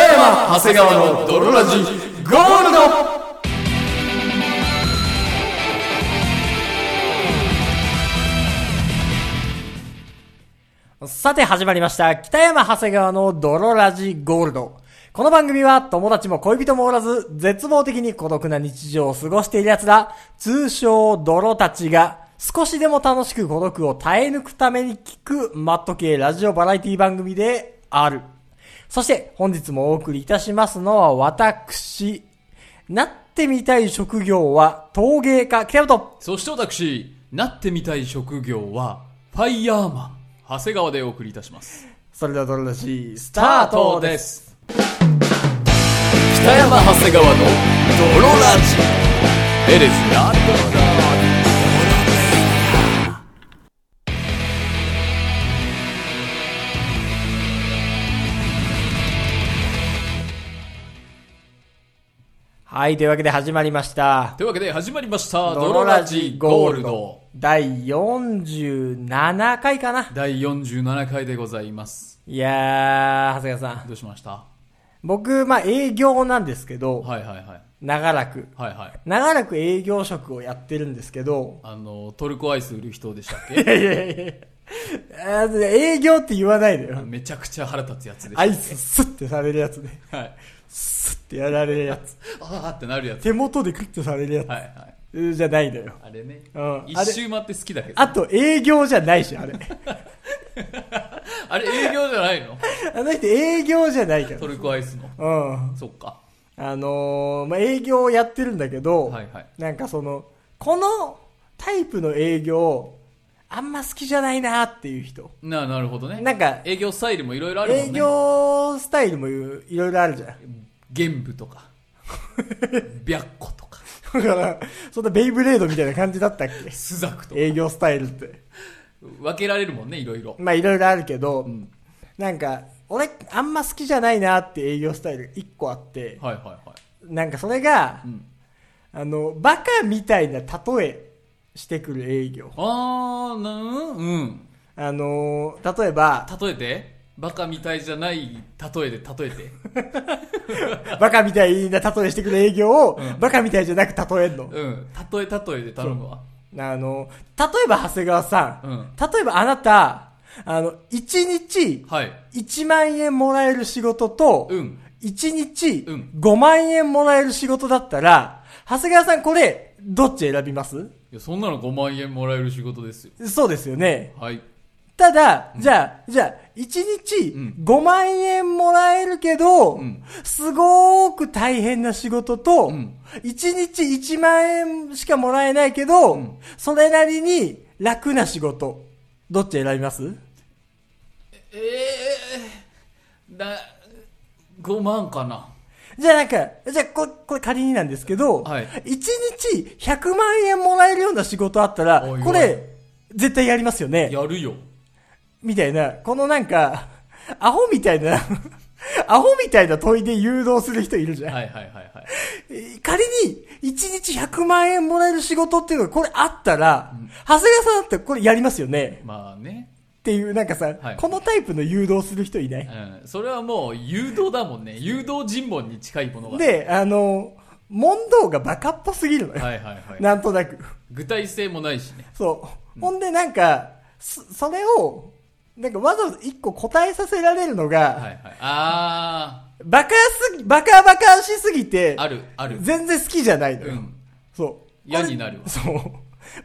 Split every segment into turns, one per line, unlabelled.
長谷川の泥ラジゴールド
さて始まりました。北山長谷川の泥ラジゴールド。この番組は友達も恋人もおらず、絶望的に孤独な日常を過ごしている奴ら、通称泥たちが、少しでも楽しく孤独を耐え抜くために聞く、マット系ラジオバラエティ番組である。そして本日もお送りいたしますのは私。なってみたい職業は陶芸家、北山と。
そして私なってみたい職業はファイヤーマン長谷川でお送りいたします
それでは泥ラジ、ス
ス
タートです。
す北山長谷川の泥ラジエレスな
はい、というわけで始まりました。
というわけで始まりました泥ラジゴールド
第47回かな
第47回でございます
いやー、長谷川さん。
どうしました
僕、まあ営業なんですけど、
はいはいはい
長らく。
はいはい
長らく営業職をやってるんですけど、
あのトルコアイス売る人でしたっ
いやいやいやあー営業って言わないで
け
よ。
めちゃくちゃ腹立つやつでした
アイススッてされるやつね。
はい
スッてやられるやつ。
ああってなるやつ
手元でクッとされるやつ
はいはい
うんじゃないのよ。
あれね、
うんあ
一
れ
周回って好きだけど
あと営業じゃないし、あれ。
あれ営業じゃないの
あの人営業じゃないから
ト。ルコアイスの
うん。
そっか
あのーまあ、営業をやってるんだけど、
はいはい
なんかその、このタイプの営業、あんま好きじゃないなっていう人。
ななるほどね
なんか
営業スタイルもいろいろあるもんね
営業スタイルもいろいろあるじゃん。
玄武と か白虎とか
だから、そんなベイブレードみたいな感じだったっけ
朱雀とか
営業スタイルって。
分けられるもんねいろいろ
まあいろいろあるけど、
ん
なんか、俺、あんま好きじゃないなって営業スタイルが一個あって、
はいはいは
なんかそれが
い、、うん、
あの、バカみたいな例えしてくる営業。
あーなんうん
あのー例えば、
例えてバカみたいじゃない例えで例え て
バカみたいな例えしてくる営業を、バカみたいじゃなく例えんの。
うん例え例えで頼むわ
あの、例えば長谷川さん。
うん
例えばあなた、あの、1日、
はい
1万円もらえる仕事と、
うん
1日
うん、
5万円もらえる仕事だったら、長谷川さんこれ、どっち選びます
いやそんなの5万円もらえる仕事ですよ
そうですよね。
はい
ただ、じゃあ、じゃあ、1日
うん
5万円もらえるけど、
うん
すごーく大変な仕事と、
うん
一1日1万円しかもらえないけど、
ん
それなりに楽な仕事、どっち選びます
ええだ5万かな
じゃあなんか、じゃあここれ仮になんですけど、
はい
一1日100万円もらえるような仕事あったら、
おいおい
これ、絶対やりますよね。
やるよ
みたいな、このなんか、アホみたいな、 アホみたいな問いで誘導する人いるじゃん。
はいはいはいはい
えー仮に、1日100万円もらえる仕事っていうのがこれあったら、長谷川さんだったらこれやりますよね
まあね、
っていう、なんかさ、
はい
このタイプの誘導する人いない、
うん、それはもう誘導だもんね誘導尋問に近いものが
で、あの、問答がバカっぽすぎるのよ。
はいはいはい
なんとなく。
具体性もないしね
そう。ほんでなんか、そそれを、なんかわざわざ1個答えさせられるのが、
はいはいあ
バカすぎ、バカバカしすぎて、
ああるあ る
全然好きじゃないの
う
よ。
ん
そう。
嫌になるわ
そう。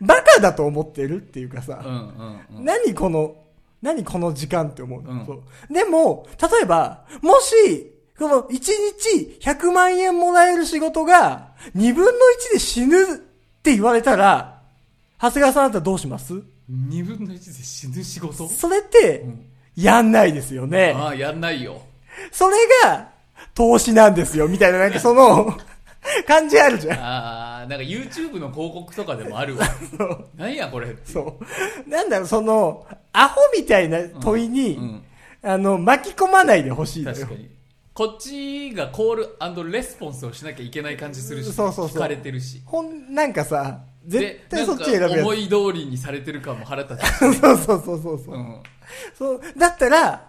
バカだと思ってるっていうか
う
さ、
んうんうん
何この、何この時間って思う,、
うん
そう。でも、例えば、もし、この1日100万円もらえる仕事が2分の1で死ぬって言われたら、長谷川さんだったらどうします
2分の1で死ぬ仕事
それって、やんないですよね。
ああやんないよ
それが、投資なんですよ、みたいな、なんかそ の、感じあるじゃん。
ああなんか YouTube の広告とかでもあるわ
そう。
なんやこれって
そう。なんだろう、その、アホみたいな問いに、
うん
あの、巻き込まないでほしいのよ
確かにこっちがコールレスポンスをしなきゃいけない感じするし、
そうそうそう
聞かれてるし
ほん、なんかさ、絶
で
対そっち選ぶ
なんか
や
思い通りにされてる感も 腹立つし、
つ。そうそうそうそうそうう、
ん、
そう。だったら、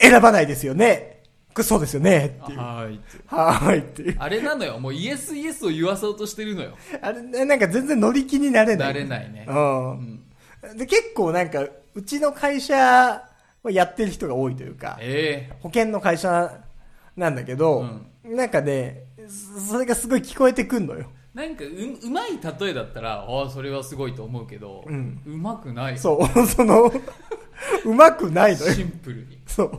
選ばないですよね。っクソですよねっていう。
はーいって
はーいっていう。
あれなのよもうイエスイエスを言わそうとしてるのよ
あれ、ねなんか全然乗り気になれな
な
い。
れないね
うん。で、結構なんか、うちの会社はやってる人が多いというか、
え
保険の会社なんだけど、なんかね、そそれがすごい聞こえてくんのよ。
えなんかううまい例えだったらああそれはすごいと思うけど、
うん
まくない
そう、 その、うまくないのよ。
シンプルに
そう。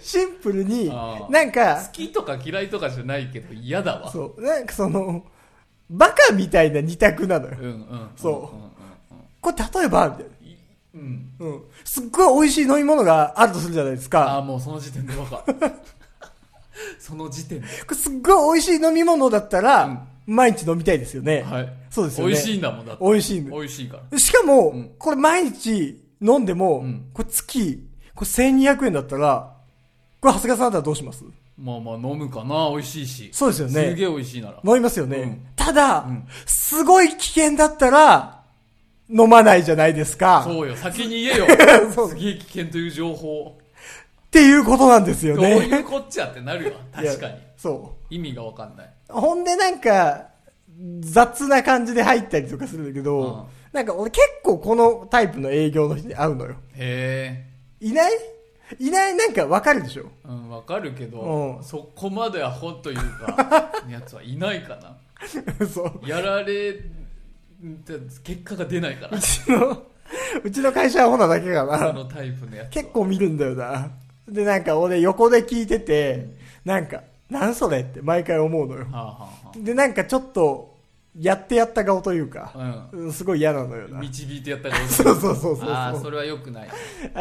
シンプルに
あ、ー
なんか
好、きとか嫌いとかじゃないけど嫌だわ
そう、なんかその、バカみたいな二択なのよ
う。んうん
そ
うんうん
これ例えば、みたいな。
うんいうん
うん。すっごい美味しい飲み物があるとするじゃないです
ああ
か。
もうその時点で分 かその時点で
これすっごい美味しい飲み物だったら、毎日飲みたいですよね。
はい
そうですよね。
美味しいんだもんだって
美味しい
美味しいから
しかも、
うん
これ毎日飲んでも、
うん
これ月、これ1200円だったら、これ長谷川さんだったらどうします
まあまあ飲むかな美味しいし
そうですよね
すげえ美味しいなら
飲みますよね。
うん
ただ、
うん
すごい危険だったら、飲まないじゃないですか。っ
そうよ先に言えよ
そう
すげえ危険という情報
ていうことなんですよ
どう
ね。
いうこっちゃってなるよ確か
い
に
やそ。
意味が分かんないう
ほんでなんか、雑な感じで入ったりとかするんだけど、なんか俺結構このタイプの営業の人に会うのよ。
へ
いないいないなんかわかるでしょ
えうん分かるけ
う
ど
ん
そこまでアホという かやつはいないかな
そう。
やられた結果が出ない から
うちの、うちの会社はほなだけ
そ
かな。
のタイプのやつは
結構見るんだよな。で、なんか俺横で聞いてて、なんか、なんそれって毎回思うのよ。
はあは
で、なんかちょっと、やってやった顔という
あ
か、
はあ
うんすごい嫌なのよ
う。
なん
導いてやったから
そうそうそうそう。
ああ
あ
それはよくない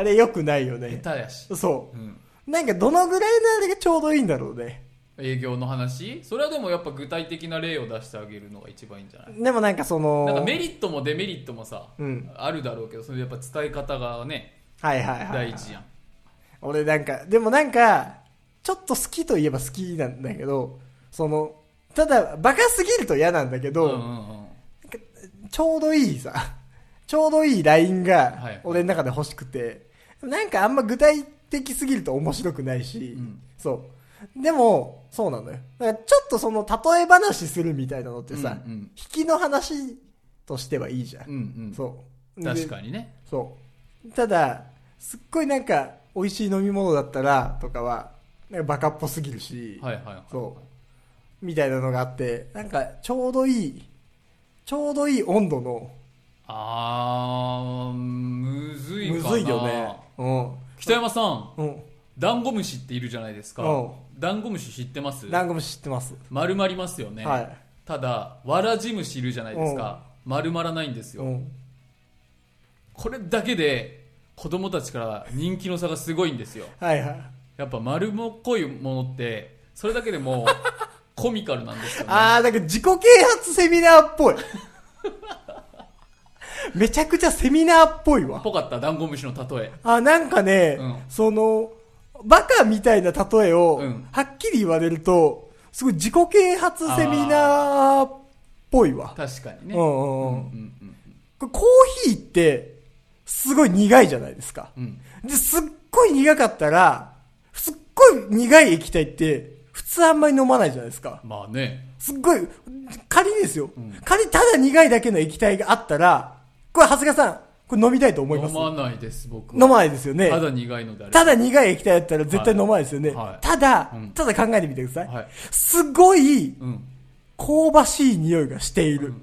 れ良くないよね。
下手やし、
そ
うん、
う。なんかどのぐらいのあれがちょうどいいんだろうね。
営業の話それはでもやっぱ具体的な例を出してあげるのが一番いいんじゃない
でもなんかその、
なんかメリットもデメリットもさ、
うん
あるだろうけどそれやっぱ伝え方がね
はいはいはい。
大事やん
俺なんか、でもなんか、ちょっと好きといえば好きなんだけど、その、ただ、バカすぎると嫌なんだけ
う
ど、
んうんうん
ちょうどいいさ、 ちょうどいいライン
は
が
い、
俺の中で欲しくて、なんかあんま具体的すぎると面白くないし、
うん
そう。でも、そうなのよ。だからちょっとその、例え話するみたいなのってさ、
うんうん
引きの話としてはいいじゃん。
うんうん
そう。
確
に
かにね
そう。ただ、すっごいなんか、美味しい飲み物だったら、とかは、なんかバカっぽすぎるし、
はいはいはい
そう。みたいなのがあって、なんか、ちょうどいい、ちょうどいい温度の、
あーむずいか
む
な
ずいよね。う
北山さん
ん。うん。
ダンゴムシっているじゃないですか
うん
ダンゴムシ知ってます
ダンゴムシ知ってます。
丸まりますよね、
はい
ただわらじ虫いるじゃないですか丸まらないんですよ、
うん。
これだけで子供たちから人気の差がすごいんですよ
はいはい。
やっぱ丸もっこいものってそれだけでもうコミカルなんですよね
あー、なんか自己啓発セミナーっ ぽい。めちゃくちゃセミナーっぽいわ。
ぽかったダンゴムシの例え
あ、なんかね、
うん
その、バカみたいな例えを
うん、
はっきり言われると、すごい自己啓発セミナーっぽいわ。
確かに
う
ね
んうんう
うんんうん
これコーヒーって、すごい苦いじゃないですか。
うん
で、すっごい苦かったら、すっごい苦い液体って、普通あんまり飲まないじゃないですか。
まあね
すっごい、仮にですよ。仮にただ苦いだけの液体があったら、これ、長谷川さん、これ飲みたいと思います
飲まないです僕は
飲まないですよね。
ただ苦いのであれば
ただ苦い液体だったら絶対飲まないですよね。
はいはい
ただ、
うん
ただ考えてみてください。
はい
すごい
うん
香ばしい匂いがしている。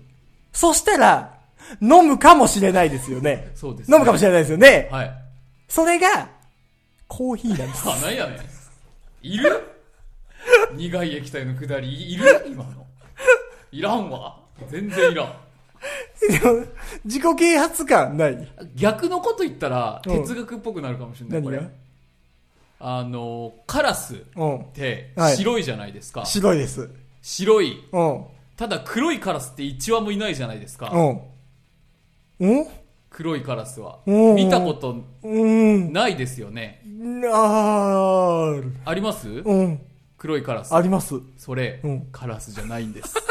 そしたら、飲むかもしれないですよね。
そうですね
飲むかもしれないですよね。
はい
それが、コーヒーな んです。
あなんやねんいる苦い液体のくだりいる今のいらんわ全然いらん
でも自己啓発感ない。
逆のこと言ったら
うん
哲学っぽくなるかもしれない、
何
こ
が
れあのカラスっ
うん。
て
はい
白いじゃないですか、
白いです。
白い
うん。
ただ黒いカラスって1羽もいないじゃないですか、
うん。うん
黒いカラスは、
うん
見たこと
うん。
ないですよね
あーる。
あります、
うん。
黒いカラス
あります。
それ、
うん
カラスじゃないんです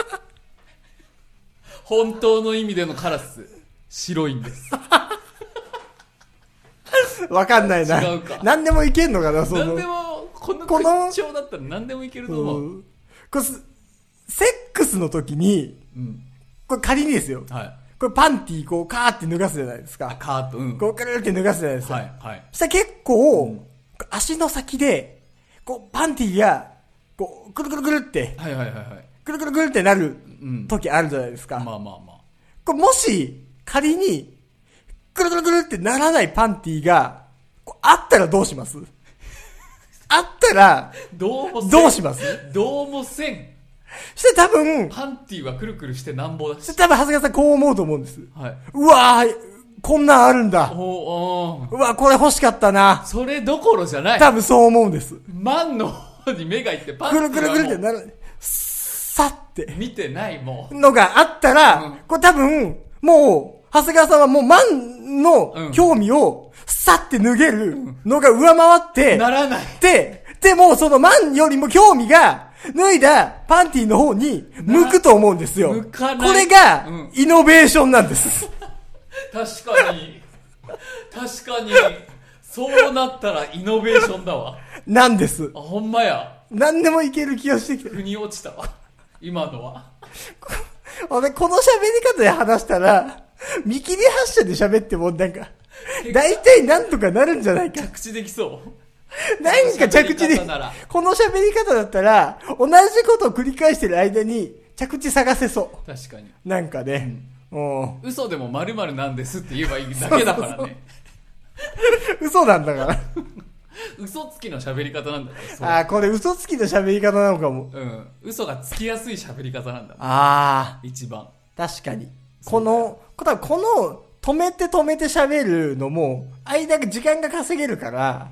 本当の意味でのカラス白いんです
わかんないな。
違うか
何でもいけんのかな、その。
何でもこの
この
口調だったら何でもいけると思う。
うんこれすセックスの時に、
うん。
これ仮にですよ。
はい。
これパンティーこうカーって脱がすじゃないですか。
カート、うん。
こうくるって脱がすじゃないですか。
はい、はい。
そしたら結構、
うん
足の先で、こうパンティーが、こうくるくるくるって、
はいはいはいはい。
くるくるくるってなる
うん
時あるじゃないですか。
まあまあま
これもし仮に、くるくるくるってならないパンティーが、こうあったらどうしますあったら、
あ。どうもせん。
どうします
どうもせん。
そしたら多分、
パンティはくるくるしてなんぼだ
そ
し
し。たら多分、長谷川さんこう思うと思うんです。
はい。
うわー、こんなんあるんだ。
おお
うわ、これ欲しかったな。
それどころじゃない。
多分そう思うんです。
マンの方に目がいってパン
くる
ティ
くるくるっ
は
て
も
なる。さって
う。見てないも
のがあった
うん
ら、これ多分、もう、長谷川さんはもう万
う
の
ん
興味を、さって脱げるのが上回って
う。、ならない。
で、でもその万よりも興味が、脱いだパンティの方に向くと思うんですよ。
向かない
これが
うん、
イノベーションなんです。
確かに。確かに。そうなったらイノベーションだわ。
なんです
あ、。ほんまや。
何でもいける気がしてきて。
腑に落ちたわ。今のは。
俺、この喋り方で話したら、見切り発車で喋っても、なんか、大体なんとかなるんじゃな いか。
着地できそう。
なんか着地で
喋り方なら、
この喋り方だったら、同じことを繰り返してる間に、着地探せそ
確かに。
う。なんかね。うん。
嘘でも〇〇なんですって言えばいいだけだからね。
嘘なんだ から。
嘘つきの喋り方なんだね。そう
ああー、これ嘘つきの喋り方なのかも。
うん。嘘がつきやすい喋り方なんだね。
ああ、
一番。
確かに。この、こ多分この、止めて止めて喋るのも、間が時間が稼げるから、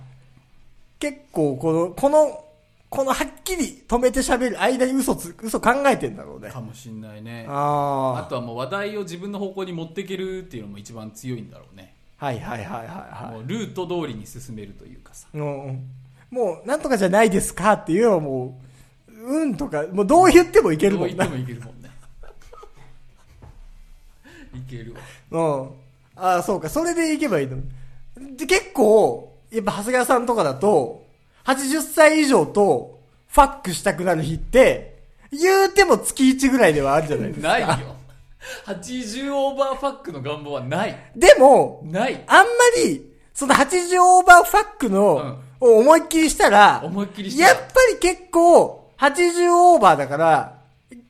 結構この、この、このはっきり止めて喋る間に嘘つ、嘘考えてんだろうね。
かもしんないねあ
あ
とはもう話題を自分の方向に持っていけるっていうのも一番強いんだろうね、
あ、はいはいはいはいは
もうルート通りに進めるというかさ
い。うん、もう、なんとかじゃないですかっていうのはもう、うんとか、もうどう言ってもいける
ど
も
う言
ん
っ
な。
て
うん。
もいけるもんねいけるわ
ああ、そうか、それでいけばいいの。で、結構、やっぱ長谷川さんとかだと、80歳以上と、ファックしたくなる日って、言うても月1ぐらいではあるじゃないですか。
ないよ80オーバーファックの願望はない
でも、
ない
あんまり、その80オーバーファックの、を思いっきりしたら、
思いっきりした
や
ら
っぱり結構、80オーバーだから、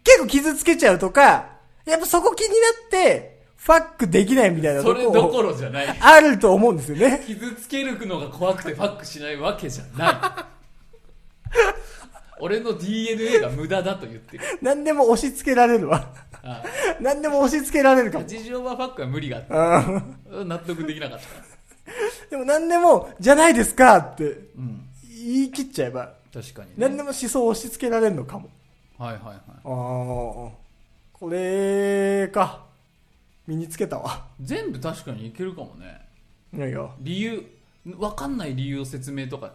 結構傷つけちゃうとか、やっぱそこ気になって、ファックできないみたいな
そ
と
れど
こ
ころじゃない
あると思うんですよね。
傷つけるのが怖くてファックしないわけじゃない俺の DNA が無駄だと言ってる
何でも押し付けられるわ。
ああ
何でも押し付けられるかも。
80オーバーファックは無理があった
うん
うん納得できなかった
でも何でも、じゃないですかって
うん
言い切っちゃえば、
確かにね
何でも思想を押し付けられるのかも。
はいはいはい
あーこれか。身につけたわ。
全部確かにいけるかもね
いやいや。
理由分かんない理由を説明とか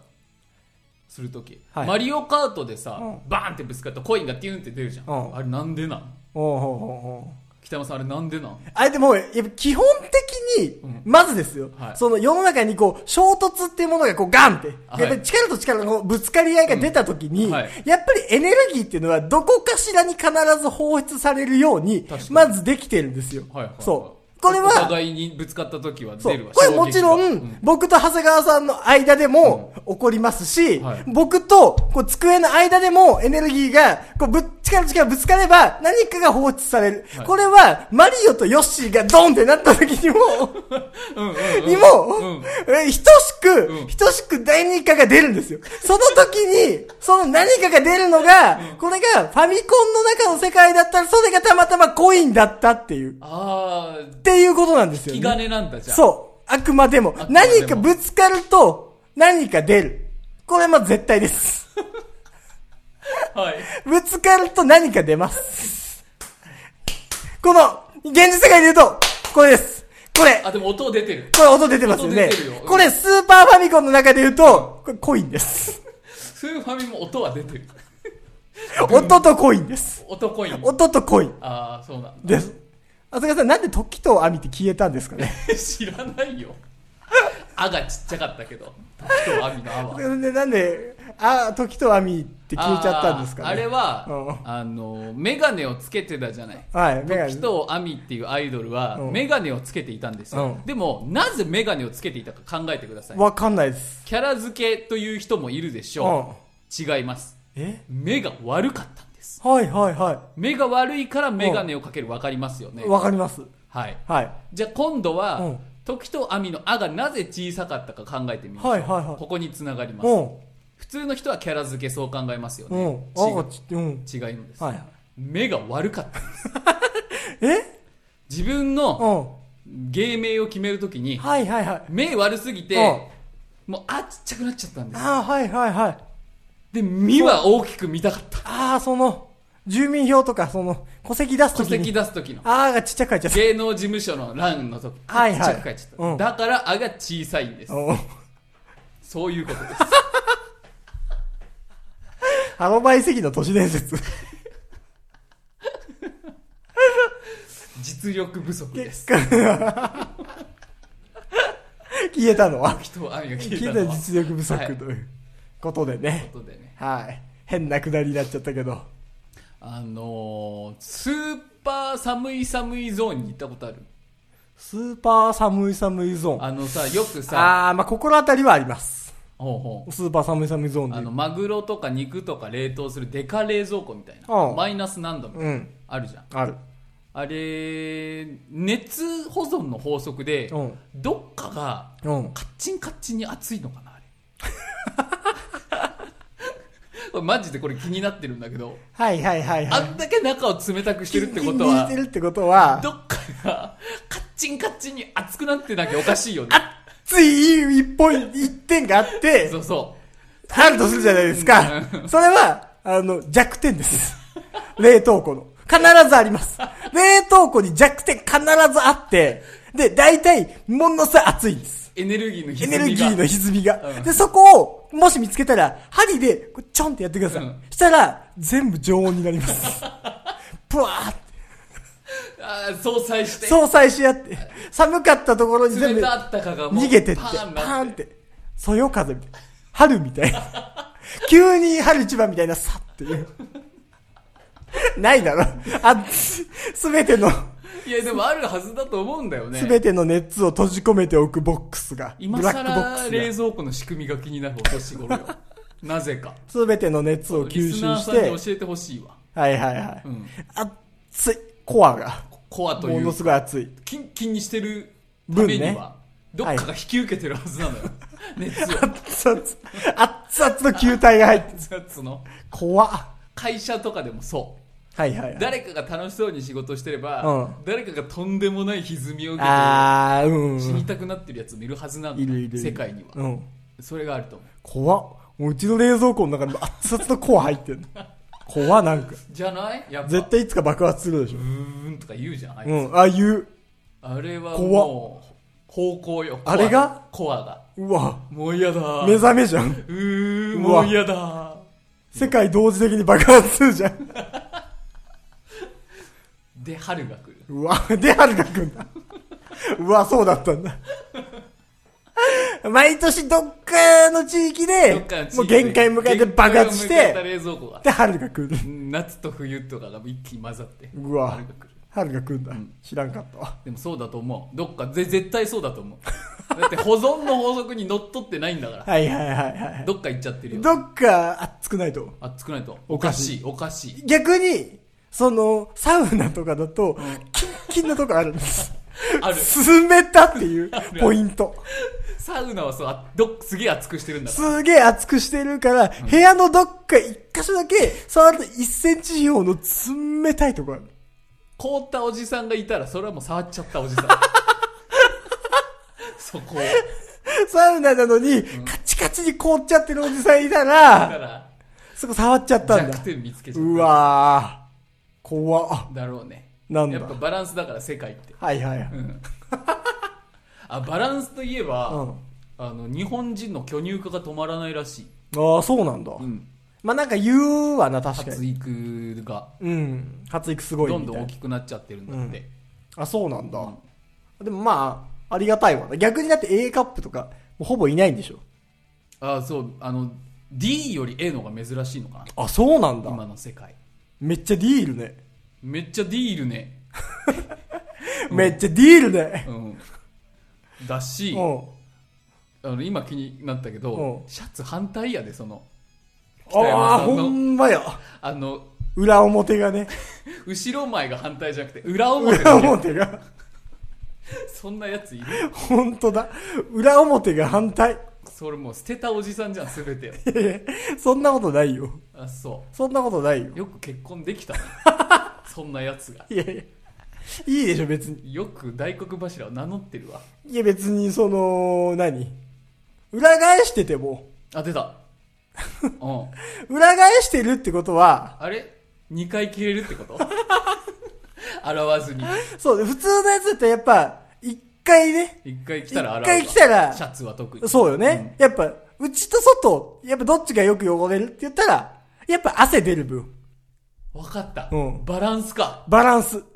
するとき、
はい
マリオカートでさ、
うん
バーンってぶつかったコインがティュンって出るじゃん、
うん
あれなんでなん
おうほうほうほう
北山さんあれなんでなん
あれでも、やっぱ基本的に
うん、
まずですよ、
はい
その世の中にこう、衝突っていうものがこう、ガンって、
はい
やっぱり力と力のぶつかり合いが出た時に、
うんはい
やっぱりエネルギーっていうのはどこかしらに必ず放出されるように
確か、に
まずできてるんですよ。
はいはいはい
そう。これ
お
は、
互いにぶつかったときは
そ
出
う
るわ
これもちろん、
衝撃が
僕と長谷川さんの間でも起こりますし、
はい
僕とこう机の間でもエネルギーがこうぶっ力と力ぶつかれば何かが放出される、
はい
これはマリオとヨッシーがドンってなった時にも、
うんうんうんうん
にも、
うん
え等しく、
うん
等しく何かが出るんですよ。その時に、その何かが出るのが、これがファミコンの中の世界だったら、それがたまたまコインだったっていう、
ああ
っていうことなんですよ、
気
ね。
兼ねなんだじゃん
そう。あくまでも
あ、くまでも
何かぶつかると、何か出る。これはまあ絶 対です。
はい
ぶつかると何か出ます。この、現実世界で言うと、これです。これ。
あでも音出てる
これ音出てますよね
音出てるよ。
これスーパーファミコンの中で言うと、これコインです。
スーファミも音は出てる
音とコインです。
音コイン
音とコイン
ああそうなんだ
です。あすがさん、なんで時と網って消えたんですかね
知らないよあがちっちゃかったけど。時とあみのあは。
で、なんで、あ、時とあみって消えちゃったんですかね。
あーあれは
う、
あの、メガネをつけてたじゃない。
はい、メガネ
時。とアミっていうアイドルは
うん
メガネをつけていたんですよ、
うん
でもなぜメガネをつけていたか考えてください
わかんないです。
キャラ付けという人もいるでしょう、違います
うん。え
目が悪かったんです
はいはいは
目が悪いからメガネをかける分かりますよね、
い。わかります。
はい
はい。
じゃあ今度は、
うん
時とアミの「あ」がなぜ小さかったか考えてみましょう、
はいはいはい
ここにつながります、
うん。
普通の人はキャラ付けそう考えますよね、
うん。あがちって、うん。
違う違います、
はいはい
目が悪かったんです
え
自分
う
の
ん。
芸名を決めるときに
はいはいはい。
目悪すぎて、もうあちっちゃくなっちゃったんです。
ああ、はいはいはい。
で、身は大きく見たかった。
ああ、その、住民票とか、その、戸籍出す
戸
とき
籍
に。
出す時の。
ああがちっちゃく書いちゃった。
芸能事務所の欄の時、
はいはい
ちっちゃく書いちゃった。
うん
だから、あが小さいんです。
うん
そういうことです。
ハロバイ席の都市伝説。
実力不足です。
消えたのは。
人は愛が消え
消え
た
た
のは。
実力不
はい
足ということでね。
ことでね。
はい。変なくだりになっちゃったけど。
あのー、スーパー寒い寒いゾーンに行ったことある
スーパー寒い寒いゾーン。
あのさ、よくさ、
ああー、まあ、心当たりはあります。
ほうほう。
スーパー寒い寒いゾーンで
あ
言
の、
う。
マグロとか肉とか冷凍するデカ冷蔵庫みたい
あ
な。
あ
マイナス何度みたいな。
うん。
あるじゃん。
ある。
あれ熱保存の法則で、
うん
どっかが
うん。
カッチンカッチンに熱いのかな あれこれマジでこれ気になってるんだけど
はいはいはいは
あ
い。
んだけ中を冷たくしてるってこと
キンキンに
は
してるってことは、
どっかがカッチンカッチンに熱くなってなきゃおかしいよね
つい一本、一点があって
そ、うそ
あるとするじゃないですか。それは、あの、弱点です。冷凍庫の。必ずあります。冷凍庫に弱点必ずあって、で、大体、ものすごい熱いんです。
うエネルギーの
エ
歪みが
ネルギーの歪みが。
うん
で、そこを、もし見つけたら、針で、こうちょんってやってください。
うん
したら、全部常温になり ます。ぷわーって、
あー相殺して
相殺し合って、寒かったところに全
冷
部、
たあったかがもう
逃げてって、パ
パーン
ー
な
ン
っ
ってて、そよ風みたいな。春みたいな。 急に春一番みたいな、さっていう。ないだろ。あ、すべての、
いやでもあるはずだと思うんだよね
すべての熱を閉じ込めておくボックスが、ブ
今
ラックボッ
更冷
クスが、
蔵庫の仕組みが気になるお年頃 よなぜか
すべての熱を吸
リスナー
収し
さんに
て、
教えてほしいわ、
はいはいはい。
うん、
熱い、コアが、
コアと
も
い
の
う
すごい熱い。
キンキンにしてるためには、
分ね
どっかが引き受けてるはずなのよ、熱を
熱々、熱々の球体が入って、
熱々の
怖っ
会社とかでもそう
はいはいはい。
誰かが楽しそうに仕事してれば、
うん
誰かがとんでもない歪みを受けて
あー、うん。
死にたくなってるやつもいるはずなの
いるいるいる
世界には、
うん。
それがあると思う
怖っ。もううちの冷蔵庫の中にも熱々のコア入ってんの。怖っなんか。
じゃないやっぱ
絶対いつか爆発するでしょ
う。ーんとか言うじゃんあいつ
うん。ああいう、
あれはもう方向よ
あれが
コアが
うわ、
もう嫌だ
目覚めじゃん。
うー
う
も
わ
う嫌だ
世界同時的に爆発するじゃん。
で春が来る
うわ、で、はるかくんだ。うわ、そうだったんだ。毎年どっかの地域で、
どっかの地域で
もう限界迎えて爆発し
限界を迎えた
て、
冷蔵庫が
で、はるかくんだ。
夏と冬とかが一気に混ざって
うわ
春が来る
はるかくんだ。知らんかったわ。
でもそうだと思うどっかぜ絶対そうだと思うだって保存の法則にのっとってないんだから
はいはいはいはい。
どっか行っちゃってるよ
どっか熱くないと。
熱くないと
お
お
か
か
し
しいおかしい
逆に、その、サウナとかだと、キンキンのとこあるんです。
ある
冷たっていうポイント。
サウナはそうあどっすげえ熱くしてるんだから
すげえ熱くしてるから、部屋のどっか一箇所だけ触ると1センチ四方の冷たいとこある。
凍ったおじさんがいたらそれはもう触っちゃったおじさん そこを
サウナなのに、カチカチに凍っちゃってるおじさんいた、
だからら
そこ触っちゃったんだ
弱。点見つけちゃった
うわぁ、怖っ
だろうね
なんだ
やっぱバランスだから世界って
はいはいはい。
あバランスといえば、
うん。
あの日本人の巨乳化が止まらないらしい、
ああ、そうなんだ。
うん、
まあなんか言うわな、確か
発
に。
育が
うん。発育すごい
どん
みたいな。
どん大きくなっちゃってるんだって、
あ、そうなんだ。でもまあ、ありがたいわ。逆にだって A カップとか、うほぼいないんでしょ
ああそうあの D より A の方が珍しいのかな
あ、そうなんだ。
今の世界
めっちゃディールね。
めっちゃ D いるね
めっちゃディールね。
うんだし
うん。
あの今気になったけど
うん
シャツ反対やでその北山
ああ、
さんの
ほんまや。
あの
裏表がね。
後ろ前が反対じゃなくて裏表
裏
だけ
表が。
そんなやついる
ほんとだ。裏表が反対。
それもう捨てたおじさんじゃん全てを
いやいやそんなことないよ。
あそ
そんなことないよ
う。よく結婚できた ねそんなやつが
いやいや。いいでしょ、別に。
よく大黒柱を名乗ってるわ
いや、別に、その、何裏返してても、
あ出 たうん
裏返してるってことは、
あれ2回切れるってこと 洗わずに
そう、普通のやつだとやっぱ、一回ね、
1回来たら洗うわ
一回来たら
シャツは特に
そうよね。やっぱ、内と外、やっぱどっちがよく汚れるって言ったら、やっぱ汗出る分、
分かった、
うん
バランスか
バランス。こ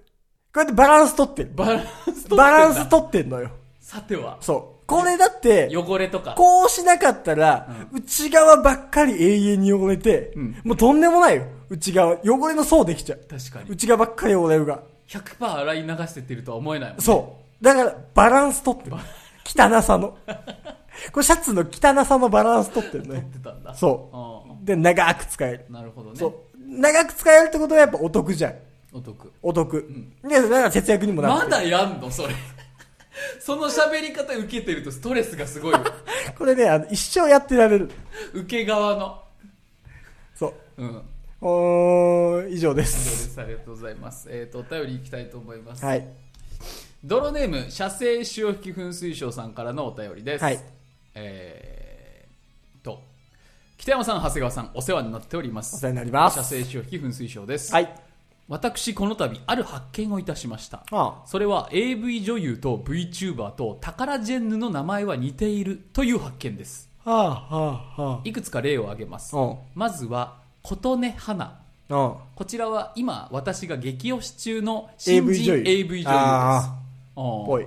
うやってバランス取ってる。
バランス取ってんだ
バランス取ってんのよ。
さては
そう。これだって、
汚れとか
こうしなかったら、内側ばっかり永遠に汚れて、
うん
もうとんでもないよ。内側。汚れの層できちゃう。
確かに
内側ばっかり汚れるが。
100%洗い流してってるとは思えないもん
そう。だから、バランス取ってる。汚さの。 これシャツの汚さのバランス取ってる
取っ
ね。
てたんだ
そうう。で、長く使える。
んなるほどね
そう。長く使えるってことはやっぱお得じゃん。
お得
お得。で、だから節約にもなる。
まだやんのそれ その喋り方受けてるとストレスがす ごいわ
これね、あの、一生やってられる。
受け側の
そう。
うん
おー、以上で。
以上ですすありがとうございますえっ、とお便りいきたいと思います、
はい。
ドロネーム射精潮吹き噴水賞さんからのお便りです、
はい
えーと北山さん長谷川さんお世話になっております
お世話になります
射精潮吹き噴水賞です、
はい。
私この度ある発見をいたしました
ああ
それは AV 女優と VTuber とタカラジェンヌの名前は似ているという発見です
はあ、はあ、はい
くつか例を挙げます
うん
まずは琴音花
あ。うん。
こちらは今私が激推し中の新
AV
人
女
AV
優。
女優です
あ
うん
あ、ぽい。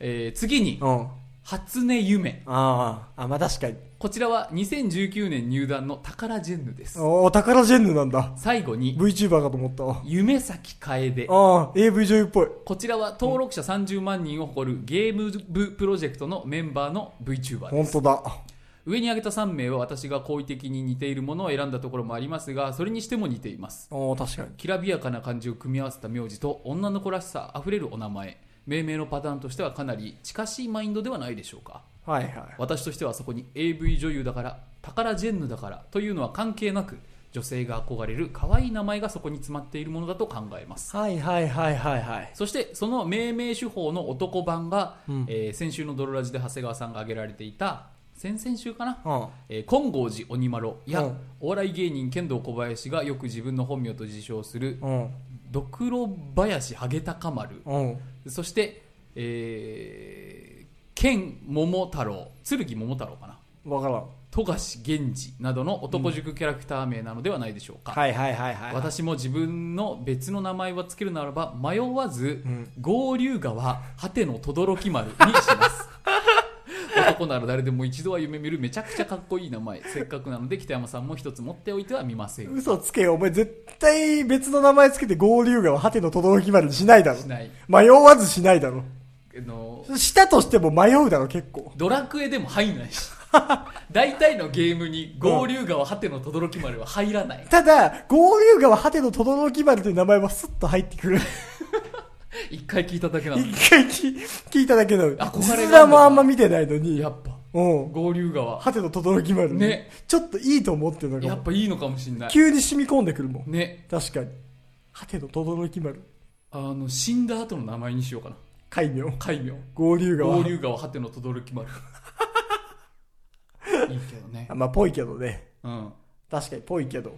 えー次に
うん。あ
初音夢
あ、あ、まあ確かに。
こちらは2019年入団の宝ジェンヌです
おお、宝ジェンヌなんだ。
最後に
VTuber かと思ったわ。
夢咲楓
ああ、AV 女優っぽい。
こちらは登録者30万人を誇るゲーム部プロジェクトのメンバーの VTuber で
本
す
当だ。
上に挙げた3名は私が好意的に似ているものを選んだところもありますがそれにしても似ています
おお、確かに。
きらびやかな感じを組み合わせた名字と女の子らしさあふれるお名前命名のパターンとしてはかなり近しいマインドではないでしょうか
はいはい。
私としてはそこに AV 女優だから宝ジェンヌだからというのは関係なく女性が憧れる可愛い名前がそこに詰まっているものだと考えます
はいはいはいはいはい。
そしてその命名手法の男版が、
うん
えー先週の「ドロラジ」で長谷川さんが挙げられていた先々週かな、
うん。
えー金剛寺鬼丸や、
うん
お笑い芸人剣道小林がよく自分の本名と自称する
うん。
ドクロ林ハゲタカ丸
うん。
そして、えー、剣桃太郎剣桃太郎かな
わからん。
富樫源氏などの男塾キャラクター名なのではないでしょうか、
はいはいはいはい。
私も自分の別の名前はつけるならば迷わず
うん
「合流川果ての轟丸」にします 男なら誰でも一度は夢見るめちゃくちゃかっこいい名前せっかくなので北山さんも一つ持っておいてはみません
嘘つけよ。お前絶対別の名前つけて合流川果ての轟きまでにしないだろ
し。ない
迷わずしないだろ。
あの
したとしても迷うだろ、結構。
ドラクエでも入んないし 大体のゲームに「合流川果ての轟丸」は入らない
ただ、合流川果ての轟丸という名前はスッと入ってくる。
一回聞いただけなのに
一回聞聞いただけの、
憧れがあるんだ
実らもあんま見てないのに
や、っぱ
うん。
合流川
果ての轟丸に
ね
ちょっといいと思ってるの
や
が
っぱいいのかもしんない
急に染み込んでくるもん。
ね
確かに。果ての轟丸。
あの死んだ後の名前にしようかな
海名。
戒名
合流川。
合流川果ての轟 丸いいけどね
あまあ、ぽいけどね。
うん
確かにぽいけど。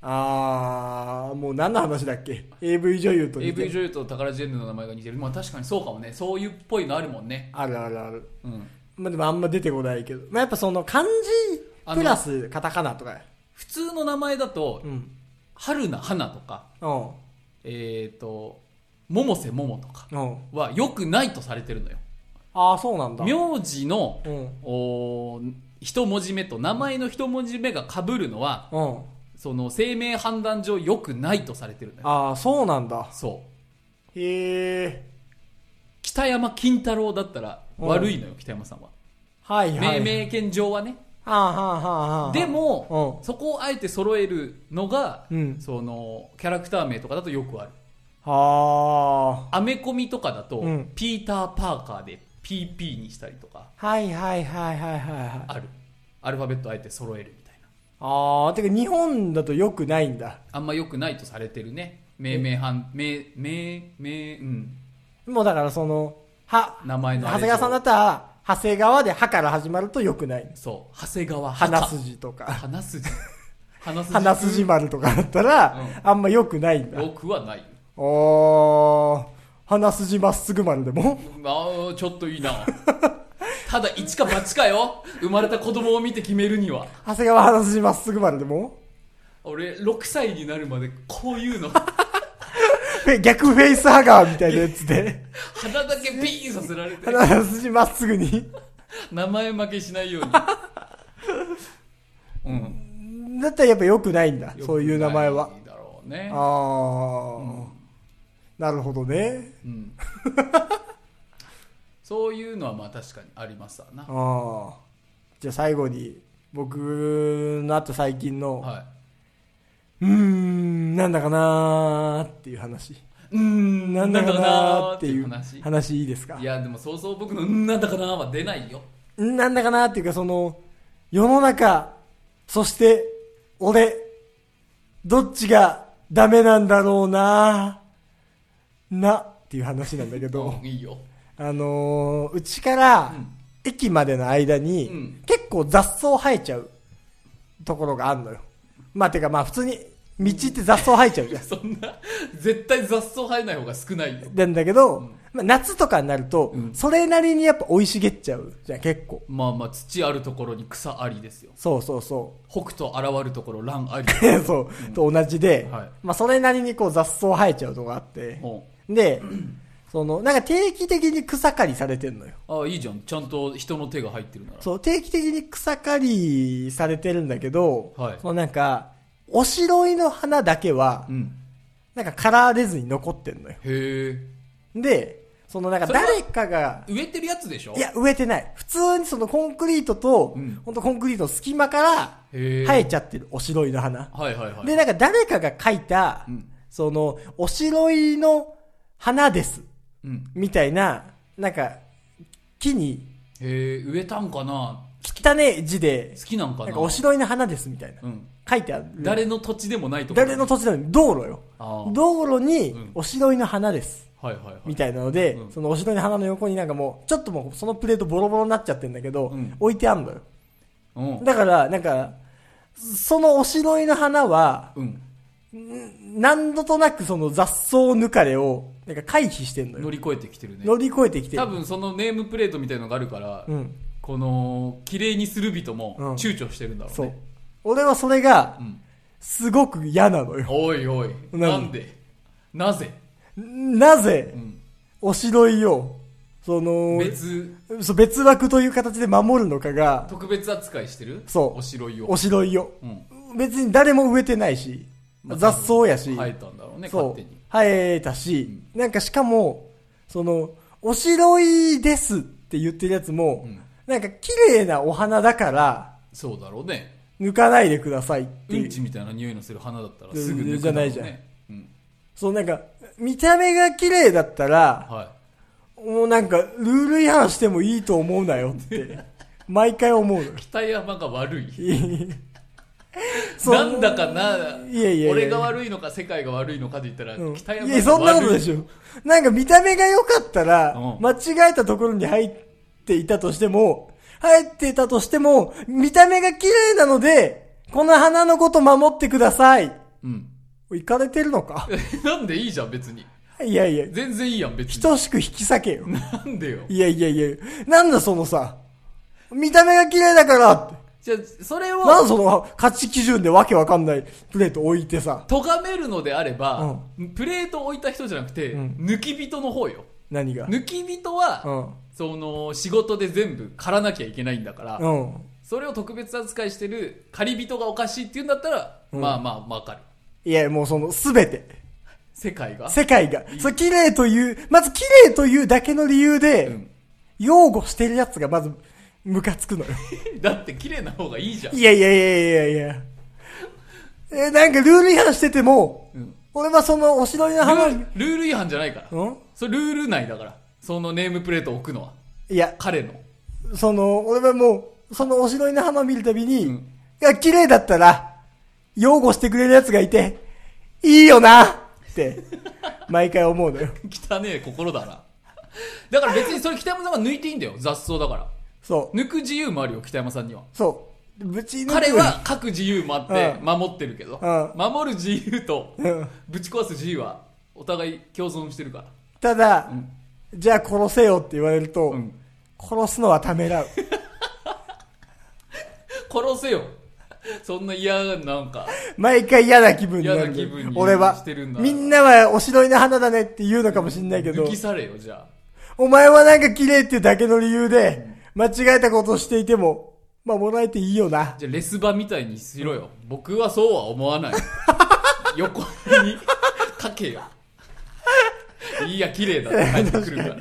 あー、もう何の話だっけ ?AV 女優と似て
AV 女優と宝ジェンヌの名前が似てるまあ確かにそうかもねそういうっぽいのあるもんね
あるあるある。
うん
まあ、でもあんま出てこないけど。まあ、やっぱその漢
あの
字プラスカタカナとか。
普通の名前だと
うん。
春菜花とか
うん。
えっ、ー、と百瀬桃とか
うん。
は良くないとされてるのよ
ああ、そうなんだ。
名字の、
うん。
おー一文字目と名前の一文字目が被るのは、
うん。
その生命判断上良くないとされてるんだよ。
ああ、そうなんだ。
そう。
へえ。
北山金太郎だったら
うん
悪いのよ、北山さんは。
はいは
命
い。
名権上はね。
ああ、はあ、はあ、はあ。
で、も
う、ん
そこをあえて揃えるのが、
うん
その、キャラクター名とかだとよくある。
はあ。
アメコミとかだと、
うん
ピーター・パーカーで PP にしたりとか、
はいはいはいはいはいはい。
ある。アルファベットあえて揃えるみたいな。
ああ、てか日本だと良くないんだ。
あんま良くないとされてるね。命名判、名、名、名、うん。
もうだからその、は、
名前の
長
あれ
谷
上
川さんだったら、長谷川で歯から始まると良くない。
そう。長谷川
鼻
花。
筋とか、
鼻筋。鼻筋。
鼻筋丸とかだったら、あんま良くないんだ。
よくはない。
おー、鼻筋まっすぐ丸でも
ああ、ちょっといいな。 ただ、一か八かよ。生まれた子供を見て決めるには。
長谷川鼻筋まっすぐ丸でも
俺、6歳になるまで、こういうの。
フェ逆フェイスハガーみたいなやつで、
鼻だけピーンさせられて。
鼻筋まっすぐに。
名前負けしないよ うに。うん。
だったらやっぱ良くないんだ、そういう名前は
よく。ないだろうね
あ。ー、なるほどね。
うん。 そういうのはまあ確かにありますわな。
ああ。じゃあ最後に、僕のあと最近の、
は
うーん、なんだかなーっていう話。
い。うん
なんだかなーっていう
話。
話いいですか
いや、でもそうそう僕のうんなんだかなーは出ないよ。
うんなんだかなーっていうかその、世の中、そして、俺、どっちがダメなんだろうなーなっていう話なんだけど、
うんいいよ。
あのーうちから
うん
駅までの間に、
うん
結構雑草生えちゃうところがあるのよ。まあ、てかまあ普通に、道って雑草生えちゃうじゃ ん。
そんな、絶対雑草生えない方が少ないよ。
なんだけど、
うん
まあ、夏とかになると、
うん
それなりにやっぱ生い茂っちゃうじゃん、結構。
まあまあ土あるところに草ありですよ。
そうそうそ
北斗現るところ乱 あり。
う。そう、と同じで、
はい
まあそれなりにこう雑草生えちゃうとこがあって、
うん
で、その、なんか定期的に草刈りされてんのよ。
ああ、いいじゃん。ちゃんと人の手が入ってるなら。
そう、定期的に草刈りされてるんだけど、
はい
そのなんか、おしろいの花だけは
う、ん。
なんかカラーレズに残ってんのよ。
へえ。
で、そのなんか
それは
誰かが、
植えてるやつでしょ
いや、植えてない。普通にそのコンクリートと、
うん
ほんとコンクリートの隙間から
へえ。
生えちゃってるおしろいの花。
はいはいはい。
で、なんか誰かが書いた、
うん。
その、おしろいの花です。
うん。
みたいな、なんか、木に
へえ、植えたんかな
汚ね字で
好、きなんかな
なんかおしろいの花ですみたいな。
うん。
書いてある。
誰の土地でもないところ。
誰の土地なのに道路よ。
ああ。
道路に
うん
おしろいの花です。
はいはいはい。
みたいなので、
うん
そのおしろいの花の横になんかもう、ちょっともうそのプレートボロボロになっちゃってんだけど、
うん
置いてあんのよ。
うん。
だから、なんか、そのおしろいの花は、
うん。
何度となくその雑草抜かれを、なんか回避してんの
乗
よ。
り越えてきてるね。
乗り越えてきてる
多分そのネームプレートみたいのがあるから、
うん。
この、綺麗にする人も
うん
躊躇してるんだろう
そ
ね。
う。俺はそれが
う、ん。
すごく嫌なのよ。
おいおい、
な
なんでなぜ、
なぜ
う、ん、
おしろいを、その、
別、
そう別枠という形で守るのかが、
特別扱いしてる
そう
おしろいを。
おしろいを。
うん。
別に誰も植えてないし、
まあ
雑草やし、
生えたんだろうね、勝
そ
手
う
に。、
生えたし、なんかしかも、その、おしろいですって言ってるやつも、
うん
なんか綺麗なお花だから、
そうだろうね。
抜かないでくださいって
う
い
ん
う。
ちみたいな匂いのする花だったらすぐ抜く
じ
だ
ゃ
ろ
な
う、ね、
いじゃん
うん。
そうなんか、見た目が綺麗だったら、
は
もうなんか、ルール違反してもいいと思うなよ って、毎回思うのよ
い。北山が悪い。
そう
なんだかな、
いやいやいや
俺が悪いのか世界が悪いのかで言ったら、
うん
北山
い
が悪い。
や、そんなことでしょ。なんか見た目が良かったら、
うん
間違えたところに入っていたとしても、入っていたとしても、見た目が綺麗なので、この花のこと守ってください。
うん。
行かれてるのか
なんでいいじゃん、別に。
いやいや、
全然いいやん、別に。
等しく引き裂けよ。
なんでよ。
いやいやいや、なんだそのさ、見た目が綺麗だからって。
じゃあそれ
なん
を、
だその価値基準でわけわかんないプレート置いてさ。
咎めるのであれば、プレート置いた人じゃなくて、
うん
抜き人の方よ。
何が
抜き人は、
うん。
その仕事で全部狩らなきゃいけないんだから、
うん。
それを特別扱いしてる狩り人がおかしいって言うんだったら、
うん
まあまあわかる
いや、もうその、すべて。
世界が
世界が。そう、綺麗という、まず綺麗というだけの理由で、
うん
擁護してるやつがまず、ムカつくのよ。
だって綺麗な方がいいじゃん
いやいやいやいやいやえ、なんかルール違反してても、
うん
俺はその、おしどりの
ル
花
ールール違反じゃないから、
うん
それルール内だからそのネームプレートを置くのはい
や、
彼の
その、俺はもう、そのおしどりの花を見るたびに、
うん
いや、綺麗だったら、擁護してくれるやつがいて、いいよなって、毎回思うのよ。
汚ねえ心だなだから別にそれ北山さんが抜いていいんだよ雑草だから
そう。
抜く自由もあるよ北山さんには
そう。ぶち抜く
彼は書く自由もあって
うん
守ってるけど、
う
守る自由と
うん
ぶち壊す自由はお互い共存してるから
ただ、
ん
じゃあ殺せよって言われると、
うん
殺すのはためらう。
殺せよそんな嫌なんか
毎回嫌な気分になる。
嫌な気分に
俺は
してるん、だ
みんなはおしどりの花だねって言うのかもしんないけど
抜き、去れよじゃ
お前はなんか綺麗っていうだけの理由で、間違えたことをしていても、まあ、もらえていいよな
あ。じゃあレス場みたいにしろよ僕はそうは思 わない横に書けよいいや綺麗だって帰ってくるから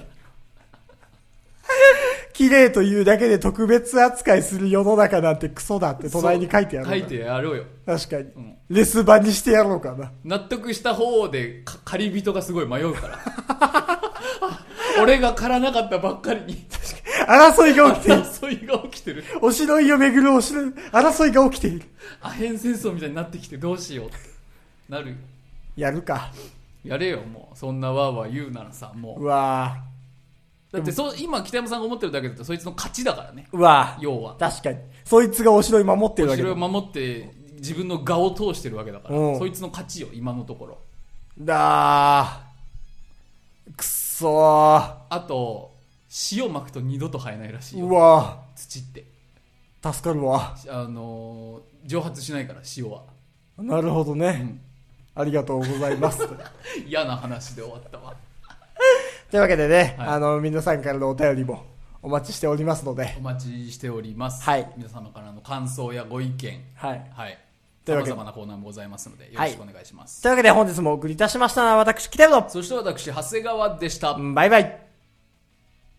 綺麗というだけで特別扱いする世の中なんてクソだって 隣に書いてやろ
書
う
い
か
てやろうよ
な。確かに、
ん
レス板にしてやろうかな。
納得した方でか借り人がすごい迷うから 俺が狩らなかったばっかりに
争いが起きている。
争いが起きてる
おしどりを巡るおしどり、争いが起きている。
アヘン戦争みたいになってきてどうしようってなる
やるか。
やれよもうそんなわーわー言うならさも
うわ
うだってそう今北山さんが思ってるだけだとそいつの勝ちだからね
ぁ。うわぁ。
要は
確かに。そいつがおしどり守ってるわ
そ
け
れ
だ
を。守って自分の我を通してるわけだから
うん
そいつの勝ちよ今のところ
だー。くっそー。
あと塩まくと二度と生えないらしいうよ
わ
土って
ぁ。助かるわ。
あのー蒸発しないから塩は
なるほどね。
うん
ありがとうござ います。
嫌な話で終わったわ
というわけでね、
はい
あの、皆さんからのお便りもお待ちしておりますので
お。待ちしております、
はい
皆様からの感想やご意見
はい。
はい
と
さま
いうわけで
ざまなコーナーもございますのでよろしくお願いします、
というわけで本日もお送りいたしましたのは私、北山
そして私長谷川でした、
と。バイバイ。